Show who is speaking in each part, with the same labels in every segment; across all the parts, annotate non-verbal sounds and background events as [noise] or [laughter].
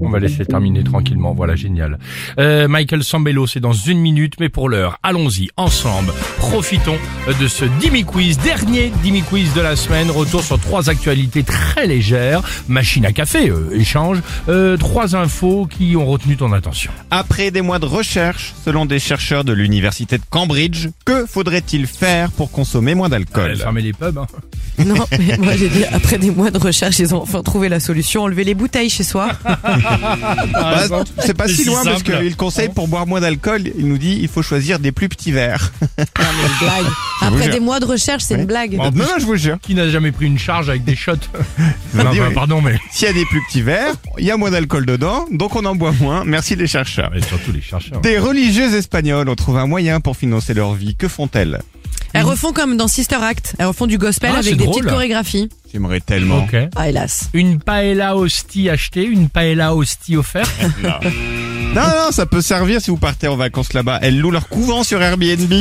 Speaker 1: On va laisser terminer tranquillement, voilà, génial. Euh, Michael Sambello, c'est dans une minute, mais pour l'heure, allons-y, ensemble, profitons de ce Dimi Quiz, dernier Dimi Quiz de la semaine, retour sur trois actualités très légères, machine à café, euh, échange, euh, trois infos qui ont retenu ton attention.
Speaker 2: Après des mois de recherche, selon des chercheurs de l'université de Cambridge, que faudrait-il faire pour consommer moins d'alcool
Speaker 1: Fermer les pubs, hein.
Speaker 3: Non, mais moi j'ai dit, après des mois de recherche, ils ont enfin trouvé la solution, enlever les bouteilles chez soi.
Speaker 2: Bah, C'est pas
Speaker 1: Ah, C'est
Speaker 2: si
Speaker 1: si
Speaker 2: loin parce
Speaker 1: simple.
Speaker 2: qu'il conseille pour boire moins d'alcool, il nous dit il faut choisir des plus petits verres.
Speaker 3: Non, Ah, mais une blague.
Speaker 2: vous
Speaker 3: Après
Speaker 2: jure.
Speaker 3: des mois de recherche, c'est
Speaker 2: Oui.
Speaker 3: une blague.
Speaker 2: non, non, je vous jure.
Speaker 1: Qui n'a jamais pris une charge avec des [laughs] shots
Speaker 2: me
Speaker 1: Non,
Speaker 2: dis,
Speaker 1: bah,
Speaker 2: oui.
Speaker 1: Pardon, mais...
Speaker 2: S'il y a des plus petits verres, il y a moins d'alcool dedans, donc on en boit moins. Merci les chercheurs.
Speaker 1: Ah, mais surtout les chercheurs.
Speaker 2: Des religieuses espagnoles ont trouvé un moyen pour financer leur vie. Que font-elles
Speaker 3: Elles refont comme dans Sister Act, elles refont du gospel
Speaker 1: Ah, c'est
Speaker 3: avec des
Speaker 1: drôle.
Speaker 3: petites chorégraphies.
Speaker 2: J'aimerais tellement.
Speaker 1: Ok.
Speaker 3: Ah hélas.
Speaker 1: Une paella hostie achetée, une paella hostie [laughs] offerte.
Speaker 2: Non, non, ça peut servir si vous partez en vacances là-bas. Elles louent leur couvent sur Airbnb.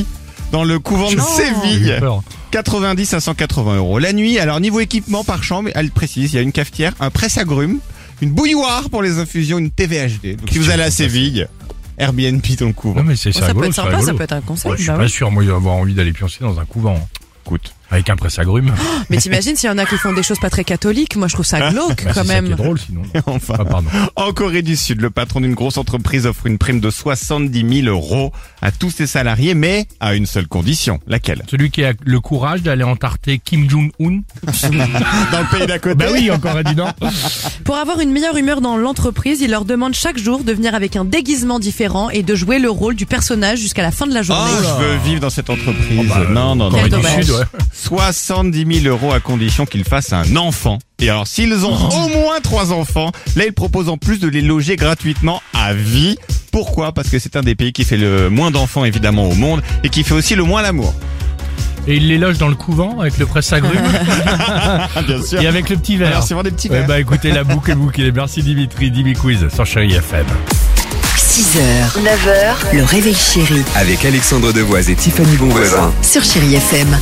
Speaker 2: Dans le couvent de
Speaker 3: Non.
Speaker 1: J'ai
Speaker 2: Séville.
Speaker 1: eu peur.
Speaker 2: 90 à 180 euros. La nuit, alors niveau équipement par chambre, elle précise, il y a une cafetière, un presse-agrumes, une bouilloire pour les infusions, une TVHD. Donc si vous allez à Séville, Airbnb dans le couvent.
Speaker 1: Non, mais c'est
Speaker 3: Oh, ça
Speaker 1: rigolo,
Speaker 3: peut être
Speaker 1: c'est
Speaker 3: sympa, ça
Speaker 1: rigolo.
Speaker 3: peut être un
Speaker 1: Ouais,
Speaker 3: concept.
Speaker 1: je suis
Speaker 3: bah
Speaker 1: pas
Speaker 3: oui.
Speaker 1: sûr, moi, d'avoir envie d'aller pioncer dans un couvent. hein.
Speaker 2: Écoute.
Speaker 1: Avec un
Speaker 3: [laughs]
Speaker 1: Bah, presse-agrumes.
Speaker 3: Mais t'imagines s'il y en a qui font des choses pas très catholiques, moi je trouve Ah, ça glauque
Speaker 1: Bah, c'est ça
Speaker 3: quand
Speaker 1: qui est
Speaker 3: même.
Speaker 1: drôle, sinon.
Speaker 2: Enfin,
Speaker 1: Ah,
Speaker 2: [laughs]
Speaker 1: pardon.
Speaker 2: en Corée du Sud, le patron d'une grosse entreprise offre une prime de 70 000 euros à tous ses salariés, mais à une seule condition. Laquelle
Speaker 1: Celui qui a le courage d'aller entarter Kim
Speaker 3: [laughs]
Speaker 1: Jong-un.
Speaker 2: Dans le pays d'à côté.
Speaker 1: Bah oui, encore un dîner.
Speaker 3: Pour avoir une meilleure humeur dans l'entreprise, il leur demande chaque jour de venir avec un déguisement différent et de jouer le rôle du personnage jusqu'à la fin de la
Speaker 2: Oh,
Speaker 3: journée.
Speaker 2: je veux vivre dans cette entreprise.
Speaker 1: Oh, bah,
Speaker 2: non, non, non.
Speaker 1: Corée
Speaker 3: Quel
Speaker 1: du
Speaker 3: dommage.
Speaker 1: Sud, ouais.
Speaker 2: 70 000 euros à condition qu'ils fassent un enfant. Et alors, s'ils ont au moins trois enfants, là, ils proposent en plus de les loger gratuitement à vie. Pourquoi Parce que c'est un des pays qui fait le moins d'enfants, évidemment, au monde et qui fait aussi le moins l'amour.
Speaker 1: Et il les loge dans le couvent avec le
Speaker 3: [laughs]
Speaker 1: presse-agrumes
Speaker 2: Ah, bien sûr.
Speaker 1: et avec le petit verre.
Speaker 2: Alors, c'est vraiment des petits
Speaker 1: Eh
Speaker 2: verres.
Speaker 1: bah écoutez, la boucle est bouclée. Merci Dimitri, Dimi Quiz sur Chéri FM.
Speaker 4: 6h, 9h, le réveil chéri
Speaker 5: Avec Alexandre Devoise et Tiffany Bonvoisin.
Speaker 4: sur Chéri FM.